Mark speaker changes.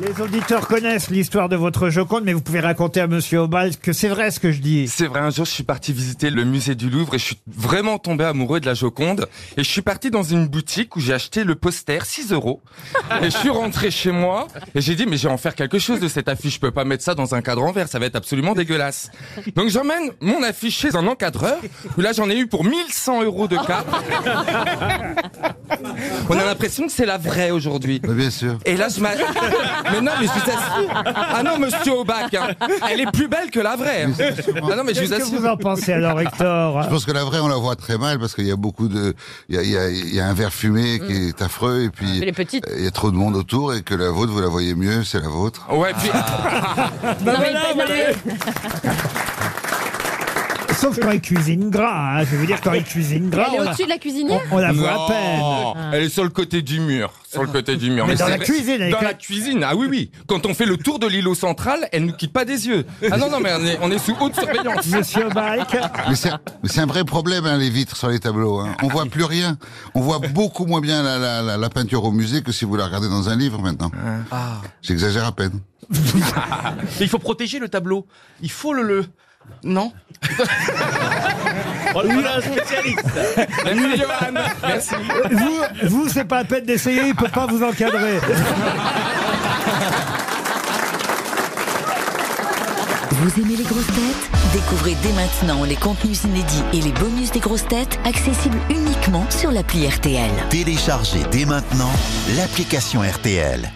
Speaker 1: Les auditeurs connaissent l'histoire de votre Joconde, mais vous pouvez raconter à Monsieur Obal que c'est vrai ce que je dis.
Speaker 2: C'est vrai, un jour je suis parti visiter le musée du Louvre et je suis vraiment tombé amoureux de la Joconde. Et je suis parti dans une boutique où j'ai acheté le poster, 6 euros. Et je suis rentré chez moi et j'ai dit mais je vais en faire quelque chose de cette affiche, je peux pas mettre ça dans un cadre en verre, ça va être absolument dégueulasse. Donc j'emmène mon affiche chez un encadreur, où là j'en ai eu pour 1100 euros de cadre. On a l'impression que c'est la vraie aujourd'hui.
Speaker 3: Mais bien sûr.
Speaker 2: Et là, je m'a... Mais non, mais je vous assure. Ah non, monsieur Aubac, hein. elle est plus belle que la vraie. Ah non, mais je
Speaker 1: Qu'est-ce
Speaker 2: vous
Speaker 1: que
Speaker 2: assure.
Speaker 1: vous en pensez alors, Hector
Speaker 3: Je pense que la vraie, on la voit très mal parce qu'il y a beaucoup de, il y a, il y a- il y a un verre fumé qui est affreux et puis
Speaker 4: Elle est petite.
Speaker 3: il y a trop de monde autour et que la vôtre, vous la voyez mieux, c'est la vôtre.
Speaker 2: Ouais, puis,
Speaker 1: Bah
Speaker 4: Non, mais
Speaker 1: voilà,
Speaker 4: il peut- non, mais-
Speaker 1: Sauf quand ils cuisinent gras, hein. je vais vous dire, quand ils cuisinent gras,
Speaker 4: Elle est
Speaker 1: on la,
Speaker 4: au-dessus de la cuisinière
Speaker 1: on la voit à peine.
Speaker 2: Non, Elle est sur le côté du mur. Sur le côté du mur.
Speaker 1: Mais dans
Speaker 2: c'est
Speaker 1: la
Speaker 2: vrai.
Speaker 1: cuisine, elle est
Speaker 2: Dans
Speaker 1: quand-
Speaker 2: la cuisine, ah oui, oui. Quand on fait le tour de l'îlot central, elle nous quitte pas des yeux. Ah non, non, mais on est, on est sous haute surveillance.
Speaker 1: Monsieur Obal,
Speaker 3: Mais c'est mais c'est un vrai problème, hein, les vitres sur les tableaux. Hein. On voit plus rien. On voit beaucoup moins bien la, la, la, la peinture au musée que si vous la regardez dans un livre maintenant. J'exagère à peine.
Speaker 5: Mais il faut protéger le tableau. Il faut le le. Non Oh
Speaker 2: Merci, Johan. Merci.
Speaker 1: vous, vous c'est pas à peine d'essayer, il peut pas vous encadrer.
Speaker 6: Vous aimez les grosses têtes Découvrez dès maintenant les contenus inédits et les bonus des grosses têtes accessibles uniquement sur l'appli RTL.
Speaker 7: Téléchargez dès maintenant l'application RTL.